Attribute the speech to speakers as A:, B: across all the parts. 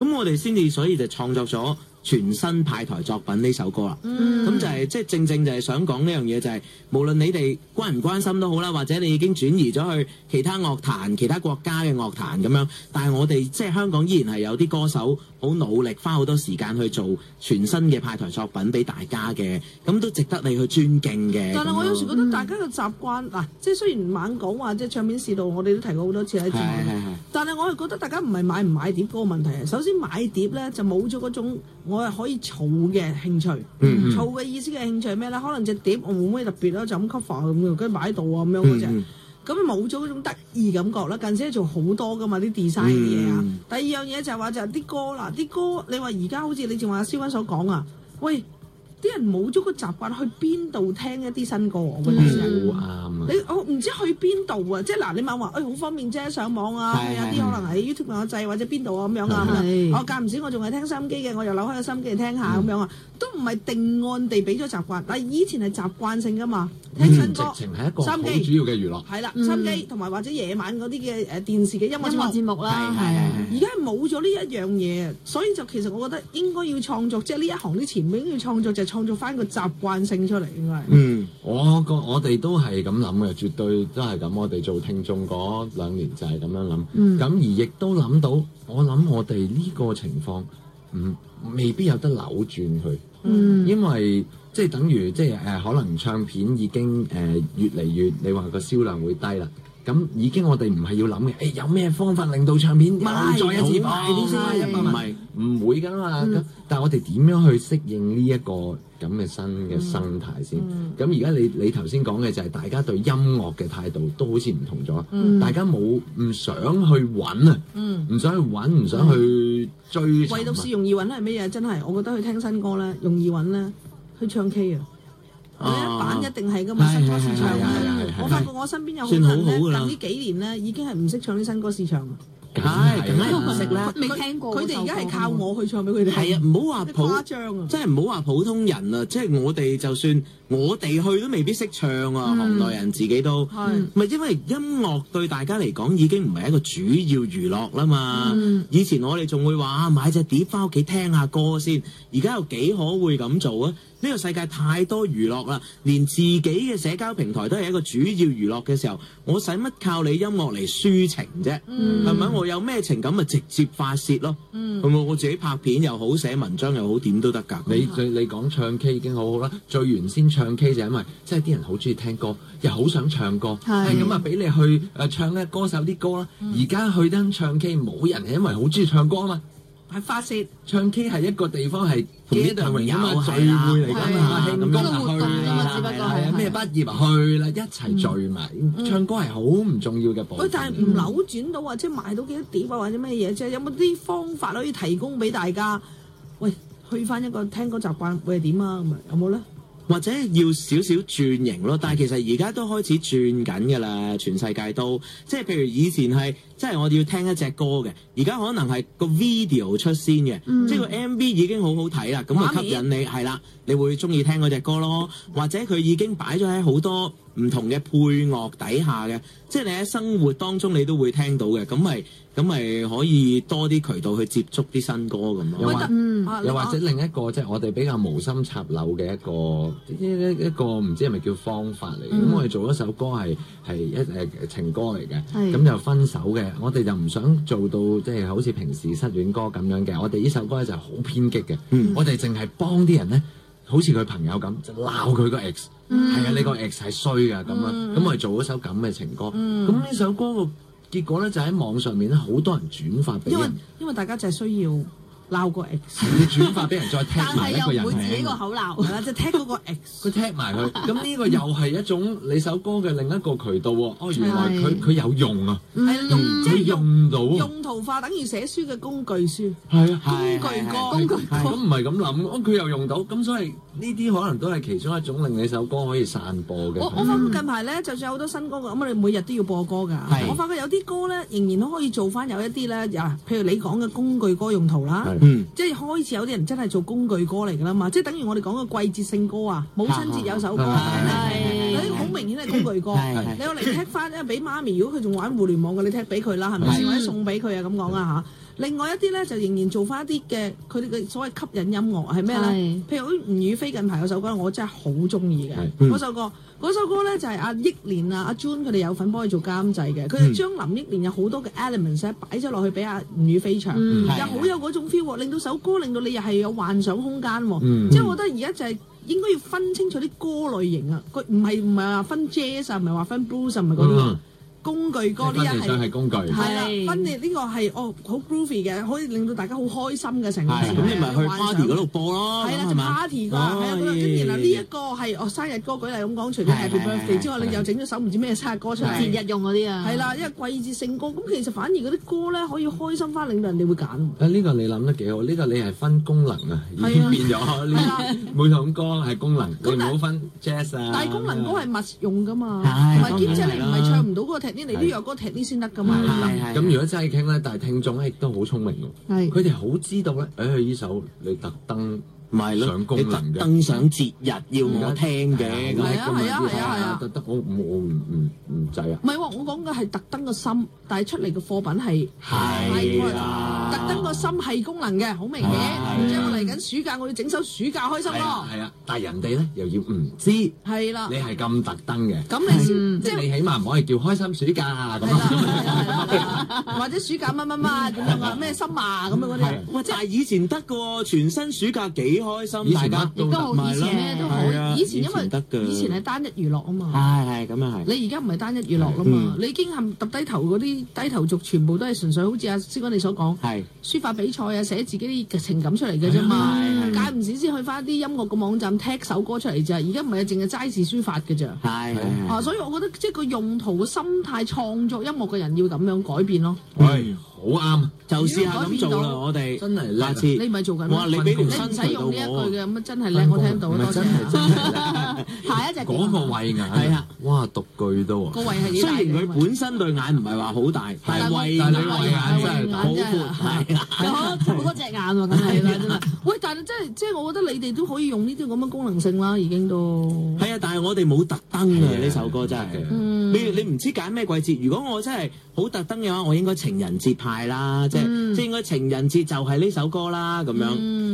A: 我哋先至所以就創作咗全新派台作品呢首歌啦。
B: 嗯
A: 咁、就係即係正正就係想講呢樣嘢，就係、無論你哋關唔關心都好啦，或者你已經轉移咗去其他樂壇、其他國家嘅樂壇咁樣，但係我哋即係香港依然係有啲歌手好努力，花好多時間去做全新嘅派台作品俾大家嘅，咁都值得你去尊敬嘅。
B: 但
A: 咁
B: 係
A: 咯
B: 我有時覺得大家嘅習慣嗱，即係雖然猛講話即係唱片市道，我哋都提過好多次喺節
A: 係
B: 目
A: 係，係。
B: 但係我係覺得大家唔係買唔買碟嗰個問題。啊首先買碟咧就冇咗嗰種我係可以儲嘅興趣，
A: 嗯嗯
B: 儲嘅意思嘅興趣係咩咧？可能隻碟我冇咩特別咯，就咁 cover 咁樣，跟住擺喺度啊咁樣嗰只。
A: 嗯嗯
B: 咁啊冇咗嗰種得意感覺啦。近時做好多噶嘛啲 design 嘅嘢啊。
A: 嗯
B: 第二樣嘢就係話就係啲歌啦，啲歌你話而家好似你正話阿蕭温所講啊，喂，啲人冇咗個習慣去邊度聽一啲新歌，啊我覺
A: 嗯
B: 得先係。
C: 好啱啊
B: 你！我唔知去邊度啊！即係嗱，你咪話誒好方便啫，上網啊，
A: 係
B: 有
A: 係
B: 啲可能喺 YouTube 有掣或者邊度啊咁樣啊。
D: 係
B: 咁啊我間唔時我仲係聽收音機嘅，我又扭開個收音機嚟聽
A: 嗯
B: 下咁樣啊，都唔係定案地俾咗習慣。但係以前係習慣性噶嘛，
A: 嗯
B: 聽新歌
C: 直。情係一個
B: 心
C: 好主
B: 機
C: 要嘅娛樂。
B: 係啦，
D: 嗯
B: 收音機同埋或者夜晚嗰啲嘅誒電視嘅音樂節
D: 音樂
B: 目，
D: 節目啦，
A: 係
D: 係
A: 係
D: 啊
A: 係
B: 而家係冇咗呢一樣嘢，所以就其實我覺得應該要創作，即係呢一行啲前面要創作就係創作翻個習慣性出嚟，應該係。
A: 嗯。
C: 我個我哋都係咁諗嘅，絕對都係咁。我哋做聽眾嗰兩年就係咁樣諗，咁、而亦都諗到，我諗我哋呢個情況唔未必有得扭轉佢，
D: 嗯
C: 因為即係等於即係誒、呃可能唱片已經誒、呃越嚟越，你話個銷量會低啦。咁已經我哋唔係要諗嘅，誒、有咩方法令到唱片又再一次賣啲先啊一百
A: 唔
C: 萬？
A: 係
C: 唔會㗎嘛。
A: 嗯
C: 咁、但係我哋點樣去適應呢一個咁嘅新嘅生態先？
A: 嗯
C: 咁而家你你頭先講嘅就係大家對音樂嘅態度都好似唔同咗，
A: 嗯
C: 大家冇唔想去揾啊，
B: 嗯
C: 唔想去揾，唔想
A: 嗯
C: 去追尋啊
B: 唯獨是容易揾係咩嘢？啊真係，我覺得去聽新歌咧，容易揾咧，去唱 K 啊！你一版一定係噶嘛，
A: 係
B: 新歌市場
A: 係
C: 係係
B: 啊
C: 係！係
B: 我發覺我身邊有好多人
A: 算好
B: 咧，
A: 好㗎啦
B: 近呢幾年咧已經係唔識唱啲新歌市場啊。
C: 梗
A: 唉梗係
C: 啦
A: 唔識啦
D: 未聽過
B: 佢哋而家係靠
D: 嗰首歌
B: 我去唱俾佢哋。
A: 係啊，，唔好話普
B: 誇張啊
A: 即係唔好話普通人啊！即係我哋就算我哋去都未必識唱啊，行內人自己都
B: 係
A: 咪因為音樂對大家嚟講已經唔係一個主要娛樂啦嘛。以前我哋仲會話啊買隻碟翻屋企聽下歌先，而家有幾可會咁做啊？呢個世界太多娛樂啦，連自己嘅社交平台都係一個主要娛樂嘅時候，我使乜靠你音樂嚟抒情啫？係咪、我有咩情感咪直接發泄咯？
B: 嗯
A: 係咪、我自己拍片又好，寫文章又好，點都得㗎。
C: 你最你講唱 K 已經好好啦，最原先唱 K 就係因為即係啲人好中意聽歌，又好想唱歌，
D: 係
C: 係咁啊俾你去誒、呃唱咧歌手啲歌啦。
A: 嗯
C: 而家、去得唱 K 冇人係因為好中意唱歌啊嘛。
B: 係發泄。
C: 唱 K 係一個地方係
A: 同啲
C: gathering 啊
A: 朋友
C: 嘛，聚
A: 係啦
C: 會嚟㗎嘛，
A: 係
C: 慶
A: 咁
C: 功
A: 樣
C: 啊
D: 活動
C: 去
D: 嚟㗎嘛
C: 啦
D: 只不，過係
C: 啊咩畢業去啦，一齊聚埋，唱歌係好唔重要嘅部
B: 喂
C: 分，。
B: 但係唔扭轉到或者賣到幾多碟啊，或者咩嘢啫？有冇啲方法可以提供俾大家？喂，去翻一個聽歌習慣會係點啊？咁啊，有冇咧？
A: 或者要少少轉型咯，
B: 嗯
A: 但係其實而家都開始轉緊㗎啦，全世界都即係譬如以前係即係我哋要聽一隻歌嘅，而家可能係個 video 出先嘅，即係個 MV 已經好好睇啦，咁
B: 嗯畫
A: 啊吸
B: 面
A: 引你係啦，你會中意聽嗰隻歌咯，或者佢已經擺咗喺好多唔同嘅配樂底下嘅，即係你喺生活當中你都會聽到嘅，咁咪咁咪可以多啲渠道去接觸啲新歌咁
C: 有
A: 咯
B: 喂，。
C: 話
B: 但
D: 嗯
B: 啊
C: 又
B: 你
C: 或
B: 講
C: 者另一個即係我哋比較無心插柳嘅一個一一個唔知係咪叫方法嚟嘅，
D: 嗯
C: 咁、我哋做一首歌係係一誒情歌嚟嘅，
D: 係
C: 咁就分手嘅，我哋就唔想做到即係好似平時失戀歌咁樣嘅，我哋呢首歌咧就好偏激嘅，
A: 嗯
C: 我哋淨係幫啲人咧。好似佢朋友咁，就鬧佢個 ex，係、
D: 嗯
C: 啊，你個 ex 係衰㗎咁啊，咁、我哋做咗首咁嘅情歌，咁
D: 嗯
C: 呢、首歌個結果咧就喺網上面咧好多人轉發俾
B: 因為
C: 人，
B: 因為大家就係需要鬧個 X
C: 你轉發俾人再踢
D: 但
C: 埋一個
D: 係又
C: 人啊
D: 唔會自己
C: 名
D: 個口鬧。
B: 係啦，就踢嗰個 X。
C: 佢 踢埋佢，咁呢個又係一種你首歌嘅另一個渠道喎。哦，原來佢
D: 係
C: 佢有用啊，
B: 係用即
C: 佢
B: 係用
C: 用到啊，
B: 用途化，等於寫書嘅工具書。
C: 係啊。
A: 係
B: 工具歌
A: 係係
D: 工具歌
C: 咁唔係咁諗，哦佢又用到，咁所以呢啲可能都係其中一種令你首歌可以散播嘅。
B: 我我發覺近排咧，就算有好多新歌嘅，咁我哋每日都要播歌㗎。
A: 係
B: 我發覺有啲歌咧，仍然都可以做翻有一啲咧，啊，譬如你講嘅工具歌用途啦。
C: 係
A: 嗯。
B: 即係開始有啲人真係做工具歌嚟㗎啦嘛，即係等於我哋講嘅季節性歌啊，母親節有首歌，
D: 啊係
B: 嗰啲好明顯係工具歌
A: 係。
B: 你用嚟踢翻咧俾媽咪，如果佢仲玩互聯網嘅，你踢俾佢啦，係咪先？
A: 係
B: 或者送俾佢啊咁講啊嚇。另外一啲咧就仍然做翻一啲嘅佢哋嘅所謂吸引音樂係咩咧
D: 係？
B: 譬如好似吳雨霏近排有首歌，我真係好中意
C: 係
B: 嘅
A: 嗯
B: 嗰首歌。嗰首歌咧就係阿憶蓮啊、阿 June 佢哋有份幫佢做監製嘅，佢
A: 嗯
B: 哋將林憶蓮有好多嘅 elements 咧擺咗落去俾阿吳雨霏唱，
D: 嗯
B: 又好有嗰種 feel 喎，令到首歌令到你又係有幻想空間喎。
C: 嗯
B: 即係我覺得而家就係應該要分清楚啲歌類型啊，佢唔係唔係話分 jazz 啊，唔係話分 blues 啊，唔係嗰啲喎
C: 嗯
B: 工具歌呢一
C: 分成上
B: 係
C: 係。工具，
B: 係啦，
D: 係
B: 分裂呢個係哦好 groovy 嘅，可以令到大家好開心嘅成件
C: 係
B: 事。
A: 咁你咪去
B: 幻想
A: party 嗰度播咯，
B: 係
A: 咁
B: 啦，就
A: 係嘛
B: party 啩，
A: 哦
B: 係啊，咁
A: 耶
B: 然後呢一個係哦生日歌，舉例咁講，除咗
A: 係
B: Happy
A: 係係
B: Birthday 之外，
A: 係
B: 你又整咗首唔知咩生日歌出
A: 係
B: 嚟，
D: 節日用嗰啲啊，
B: 係，啦，因為季節性歌，咁其實反而嗰啲歌咧可以開心翻，令到人哋會揀。
C: 啊！呢個你諗得幾好，呢個你係分功能啊，已
B: 係
C: 經
B: 啊
C: 變咗呢每首歌係功能，你
B: 咁
C: 唔
B: 但
C: 好分 jazz 啊。
B: 但係功能歌係密用噶嘛，
A: 係
B: 同埋兼且
A: 當然係
B: 你
A: 啦
B: 唔係唱唔到嗰個踢呢，你都要有嗰個踢呢先得噶嘛
C: 係。啦
A: 係係
C: 咁如果真係傾咧，但係聽眾咧亦都好聰明喎，
B: 係
C: 佢哋好知道咧，誒呢首你特登
A: 咪係
C: 上
A: 咯，
C: 功
A: 你
C: 能嘅
A: 特登想節日要我聽嘅，
C: 好叻
A: 咁
C: 㗎嘛
B: 係啊係啊
C: 呢啲
B: 係啊
C: 特登我我唔唔唔制啊，
B: 唔係喎，我講嘅係特登個心，但係出嚟嘅貨品係
A: 係啦，
B: 特登個心係功能嘅，好明顯
A: 係。
B: 即係我嚟緊暑假，我要整首暑假開心
C: 係
B: 咯
C: 啊。係啊，但係人哋咧又要唔知你
B: 係啦，
C: 係咁特登嘅，
B: 咁你先
D: 嗯
B: 即
C: 即
B: 係
C: 係。你起碼唔可以叫開心暑假咁
B: 係啦
C: 樣。
B: 係啦係啦，或者暑假乜乜乜咁樣啊，咩森麻咁樣嗰啲，
A: 喂，但係以前得嘅喎，全新暑假幾開心，
C: 以
A: 大
C: 前
A: 家
C: 得
D: 亦都好
A: 咪
D: 以
A: 咯
D: 前咩都好
A: 係啊，
B: 以前因為
A: 以前得㗎
B: 以前係單一娛樂啊嘛。
A: 係係咁啊係，
B: 你而家唔係單一娛樂啦嘛，你已經係揼低頭嗰啲低頭族，全部都係純粹好似阿師哥你所講，
A: 係
B: 書法比賽啊，寫自己嘅情感出嚟嘅啫嘛
A: 係係。係
B: 間唔時先去翻啲音樂嘅網站踢首歌出嚟咋，而家唔係淨係齋字書法嘅咋。
A: 係係
B: 啊，所以我覺得即係個用途嘅心態創作音樂嘅人要咁樣改變咯。
C: 喂，好啱，
A: 就試下咁做啦，我哋
C: 真係叻啊
A: 下次
B: 你唔係做緊咩
A: 哇，你俾
B: 你
A: 條
B: 唔
A: 新
B: 使
A: 渠道
B: 用呢一
A: 我
B: 句。嘅，咁啊真係叻，我聽到
C: 唔
B: 啦，
C: 係
B: 多謝
C: 真係真
B: 啊。
C: 係叻。
D: 下一隻
C: 嗰個慧眼
A: 係啊，
C: 哇獨具都
B: 個
C: 喎，
B: 胃係幾
A: 雖
B: 大
A: 然佢
B: 嘅啊因為
A: 本身對眼唔係話好大，但係慧眼
C: 但係你慧眼真係
A: 好闊，係啦，
D: 有好多隻眼喎，咁
B: 係
D: 係
B: 啦，
D: 啦，
B: 真係。喂，但係真係，即係我覺得你哋都可以用呢啲咁嘅功能性啦，已經都。
A: 係啊，但係我哋冇特登
C: 係
A: 嘅
C: 啊
A: 呢首歌真係
C: 係啊。
B: Ừ. 嗯
D: 嗯
A: 你你唔知揀咩季節？如果我真係好特登嘅話，我應該情人節派啦，即
D: 嗯
A: 係即係應該情人節就係呢首歌啦，咁樣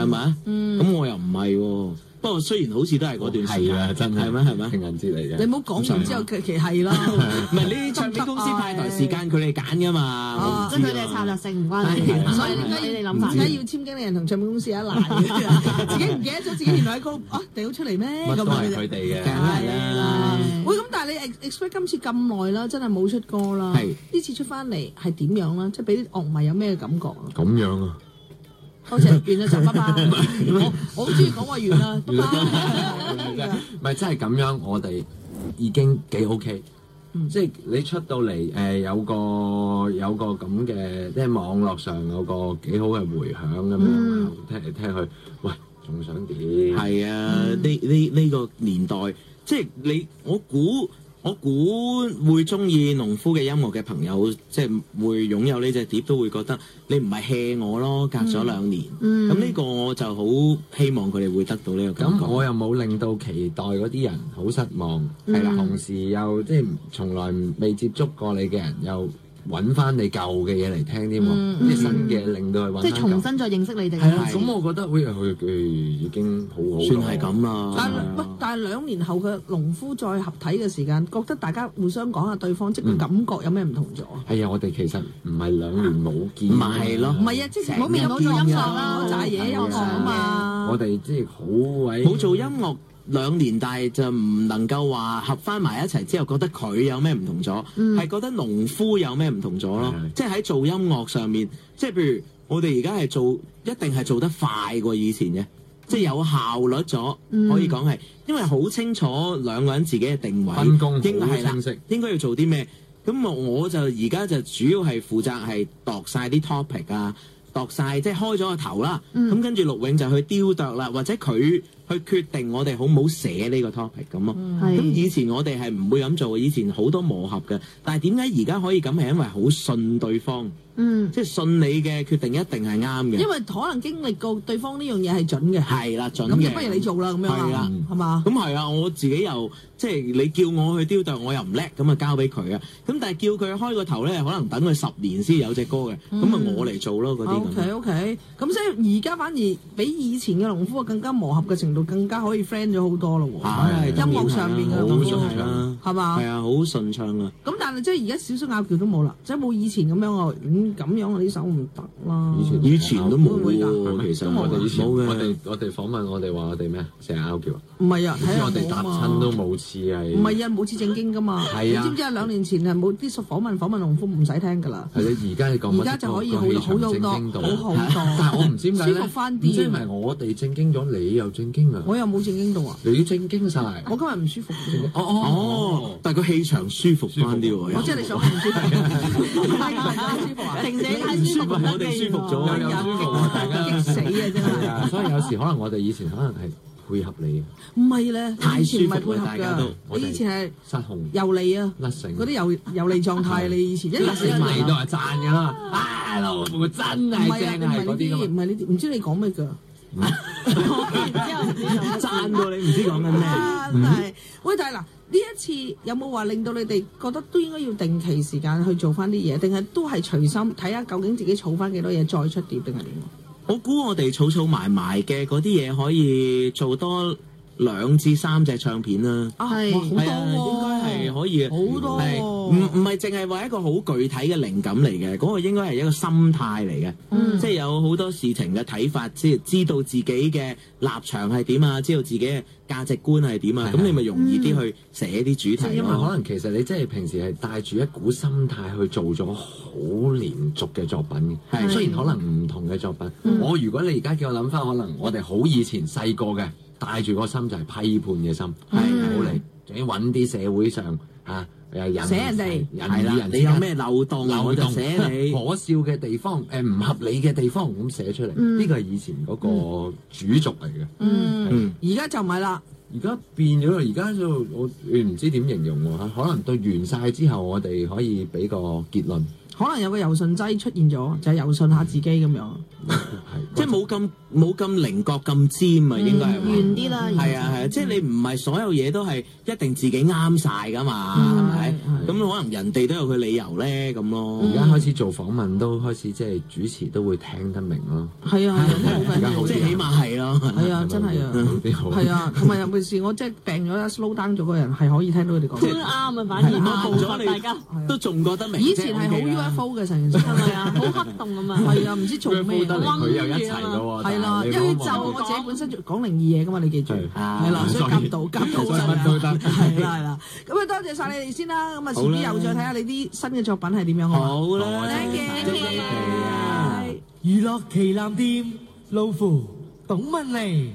A: 係咪啊？
D: 嗯
A: 咁我又唔係喎。不過雖然好似都係嗰段時
C: 係啊，
A: 間，
C: 真係
A: 係咩係咩
C: 情？人節嚟嘅。
B: 你唔好講完之
A: 啊
B: 後，其其係啦。
A: 唔係呢啲唱片公司派台時間佢哋揀噶嘛？我唔
D: 咁
A: 知
D: 佢哦哋係策
A: 啊
D: 略性唔關你
A: 係
D: 嘅，
A: 啊
D: 所以點解你哋諗法
B: 點解要簽經理人同唱片公司一難嘅？自己唔記得咗自己原來喺個啊掉出嚟咩
C: 乜
B: 咁
C: 都 係
B: 樣
C: 佢。哋
A: 梗
C: 嘅。
A: 係啦。
B: 喂，咁但係你 ex- expect 今次咁耐啦，真係冇出歌啦。
A: 係
B: 呢次出翻嚟係點樣啦？即係俾啲樂迷有咩感覺啊？
C: 咁樣啊？
B: 多謝，完啦就拜拜。我我好中意講話完啦，拜拜。
C: 唔係真係咁樣，我哋已經幾 OK。即係你出到嚟誒、有個有個咁嘅，即係網絡上有個幾好嘅回響咁樣，聽嚟聽去，喂，仲想點？
A: 係啊，呢呢呢個年代，即係你我估。我估會中意農夫嘅音樂嘅朋友，即係會擁有呢隻碟，都會覺得你唔係 hea 我咯。隔咗兩年，咁呢、個我就好希望佢哋會得到呢個感覺。
C: 咁我又冇令到期待嗰啲人好失望，係啦、同時又即係從來未接觸過你嘅人又揾翻你舊嘅嘢嚟聽添喎，啲新嘅令到佢揾
D: 即
C: 翻
D: 係重
C: 舊。
D: 新再認識你哋。
C: 係啦，咁我覺得好似佢佢已經好好咯。
A: 算係咁啦。
B: 但係喂，但係兩年後嘅農夫再合體嘅時間，覺得大家互相講下對方，即係個感覺有咩唔同咗啊？
C: 係啊，我哋其實唔係兩年冇見，
A: 咪係咯
B: 唔
C: 嗯
B: 係啊，即係
D: 冇面冇做音樂啦
B: 冇，扎嘢音樂啊嘛。
C: 我哋即係好鬼
A: 冇做音樂兩年，但係就唔能夠話合翻埋一齊之後，覺得佢有咩唔同咗，係、覺得農夫有咩唔同咗咯。
C: 係
A: 即係喺做音樂上面，即係譬如我哋而家係做，一定係做得快過以前嘅。即係有效率咗，可以講係，因為好清楚兩個人自己嘅定位，
C: 分工好
A: 應該係啦
C: 清晰，
A: 應該要做啲咩。咁我我就而家就主要係負責係度晒啲
B: 嗯
A: topic 啊，度晒即係開咗個頭啦。咁跟住陸永就去雕琢啦，或者佢去決定我哋好唔好寫呢個 topic 咁
B: 嗯
A: 咯。
D: 嗯
A: 咁以前我哋係唔會咁做嘅，以前好多磨合嘅。但係點解而家可以咁？係因為好信對方，
D: 嗯，
A: 即係信你嘅決定一定係啱
B: 因
A: 嘅，
B: 為可能經歷過對方呢樣嘢係準嘅，
A: 係啦準
B: 咁就
A: 嘅。
B: 不如你做啦咁樣
A: 係
B: 啦
A: 啦，
B: 係嘛？
A: 咁係啊，我自己又即係你叫我去雕琢，我又唔叻，咁啊交俾佢啊。咁但係叫佢開個頭咧，可能等佢十年先有隻歌嘅，咁啊我嚟做咯嗰啲咁
B: O
A: 啊
B: K。O K，咁即係而家反而比以前嘅農夫更加磨合嘅程度更加可以 friend 咗好多咯喎，
A: 唉
B: 音樂上面嘅
A: 好
B: 咁
A: 順暢啦，
B: 係嘛
A: 係？啊，好順暢啊。
B: 咁但係即係而家少少拗撬都冇啦，即係冇以前咁樣我咁咁樣我呢首唔得啦。
C: 以前
A: 以前都冇
B: 會唔會
A: 喎，其實
B: 都哦冇
C: 我哋以前我
A: 冇嘅。
C: 哋我哋訪問我哋話我哋咩啊成日拗撬，
B: 唔係啊，
C: 唔
B: 睇
C: 知
B: 下
C: 我哋搭親都冇似係，
B: 唔係啊，冇似正經噶嘛。你
C: 係啊
B: 知唔知啊？兩年前係冇啲訪問訪問農夫唔使聽㗎啦，
C: 係你而家你講乜
B: 而家就可以
C: 個
B: 好
C: 氣
B: 好
C: 場
B: 咗
C: 正
B: 好
C: 經到
B: 多，好好多。
C: 但係我唔知點解
B: 舒
C: 咧
B: 服，翻
C: 唔
B: 啲
C: 知係咪我哋正經咗，你又正經啊？
B: 我又冇正經到啊，
C: 你正經晒，
B: 我今日唔舒服㗎喎。
C: 哦
A: 哦
C: 哦，
A: 但係個氣場舒服翻啲喎。
B: 我即係你想我唔舒服，太舒服啊！
D: 停止
A: 唔舒服，我哋舒服咗
C: 有有
A: 啊。
C: 舒服啊大家
B: 激死啊！真
C: 係
B: 係
C: 啊，所以有時可能我哋以前可能係配合你
B: 唔係咧，
A: 太
B: 你以前唔係
A: 舒服啦大
B: 配
A: 家
B: 合
A: 都
B: 㗎，你以前係
C: 失控
B: 遊離啊，
C: 甩繩
B: 嗰啲遊遊離狀態，你以前一
C: 甩繩
B: 嚟
C: 嚟到係讚㗎啦，啊老母真
B: 唔
C: 係
B: 係啊，
C: 正
B: 唔
C: 啊，係
B: 係呢
C: 嗰啲
B: 啲，
C: 咁
B: 唔
C: 啊
B: 係呢啲，唔知你講咩㗎？
A: 讚到你唔知講緊咩，
B: 真係，喂！但係嗱，呢一次有冇話令到你哋覺得都應該要定期時間去做翻啲嘢，定係都係隨心睇下究竟自己儲翻幾多嘢再出碟定係點？啊
A: 我估我哋儲儲埋埋嘅嗰啲嘢可以做多兩至三隻唱片啦。
B: 啊，
D: 係
B: 哇好多
A: 係啊，應該
B: 喎，
A: 係可以嘅。
B: 好多
A: 係唔
B: 喎
A: 唔係淨係話一個好具體嘅靈感嚟嘅，嗰、個應該係一個心態嚟嘅，
D: 嗯
A: 即係有好多事情嘅睇法，即係知道自己嘅立場係點啊，知道自己嘅價值觀係點啊，
C: 係
A: 咁
C: 係
A: 你咪容易啲去寫啲主
C: 即係
A: 題
C: 因為可
A: 咯。
C: 能其實你真係平時係帶住一股心態去做咗好連續嘅作品
A: 係
C: 嘅，雖然可能唔同嘅作品。我如果你而家叫我諗翻，可能我哋好以前細個嘅，帶住個心就係批判嘅心，
A: 嗯
C: 係好嚟，仲要揾啲社會上嚇誒人
B: 寫人哋
A: 係
C: 人與
A: 啦
C: 人，之
A: 你有
C: 間
A: 咩漏洞，
C: 漏
A: 我就
C: 洞
A: 寫 你。
C: 可笑嘅地方，誒唔合理嘅地方咁寫出嚟，呢個係以前嗰個主軸嚟嘅。
B: 嗯
A: 嗯，
B: 而家就唔係啦。
C: 而家變咗啦，而家就我誒唔知點形容喎嚇可能對完晒之後，我哋可以俾個結論，
B: 可能有個柔順劑出現咗，就係柔順下自己咁樣。
C: 係
A: 即係冇咁冇咁稜角咁尖啊，應該係話。
D: 嗯遠啲啦，而
A: 係
D: 家
A: 啊係啊，即係你唔係所有嘢都係一定自己啱晒㗎嘛，係咪？咁可能人哋都有佢理由咧，咁咯。
B: 嗯
C: 而家開始做訪問都開始即係主持都會聽得明咯，
B: 係啊，有啲好緊
C: 而家
B: 要
C: 好
A: 即
C: 啲
A: 係起碼係咯。
B: 係啊，真係
C: 有
B: 啊，
C: 啲好
B: 係啊，同埋尤其是我即係病咗 slow down 咗個人係可以聽到佢哋
D: 搬
B: 講。
D: 啱啊，反而嗰部分大家
A: 都仲覺得明啫。
B: 以前係啊
A: OK 啦
B: 好 UFO 嘅成件事，
D: 係咪啊？好黑洞咁啊，
B: 係啊，唔知做咩
C: 得
B: 啊
C: 嚟佢又一齊嘅喎，
B: 係啦，
C: 但
B: 因
C: 係你
B: 為
C: 冇
B: 就
C: 望
B: 我自己本身講靈異嘢噶嘛，你記住
C: 係
B: 係啦，所以夾到夾到
C: 所以
B: 真係
C: 乜都得
B: 係啦係啦。咁啊，多謝晒你哋先啦。咁啊，遲
A: 好
B: 啲
A: 啦
B: 又再睇下你啲新嘅作品係點樣好啊嘛。
A: 好啦
B: 靚
A: 真係啊
B: 嘅。
E: 娛樂旗艦店，老夫董文妮。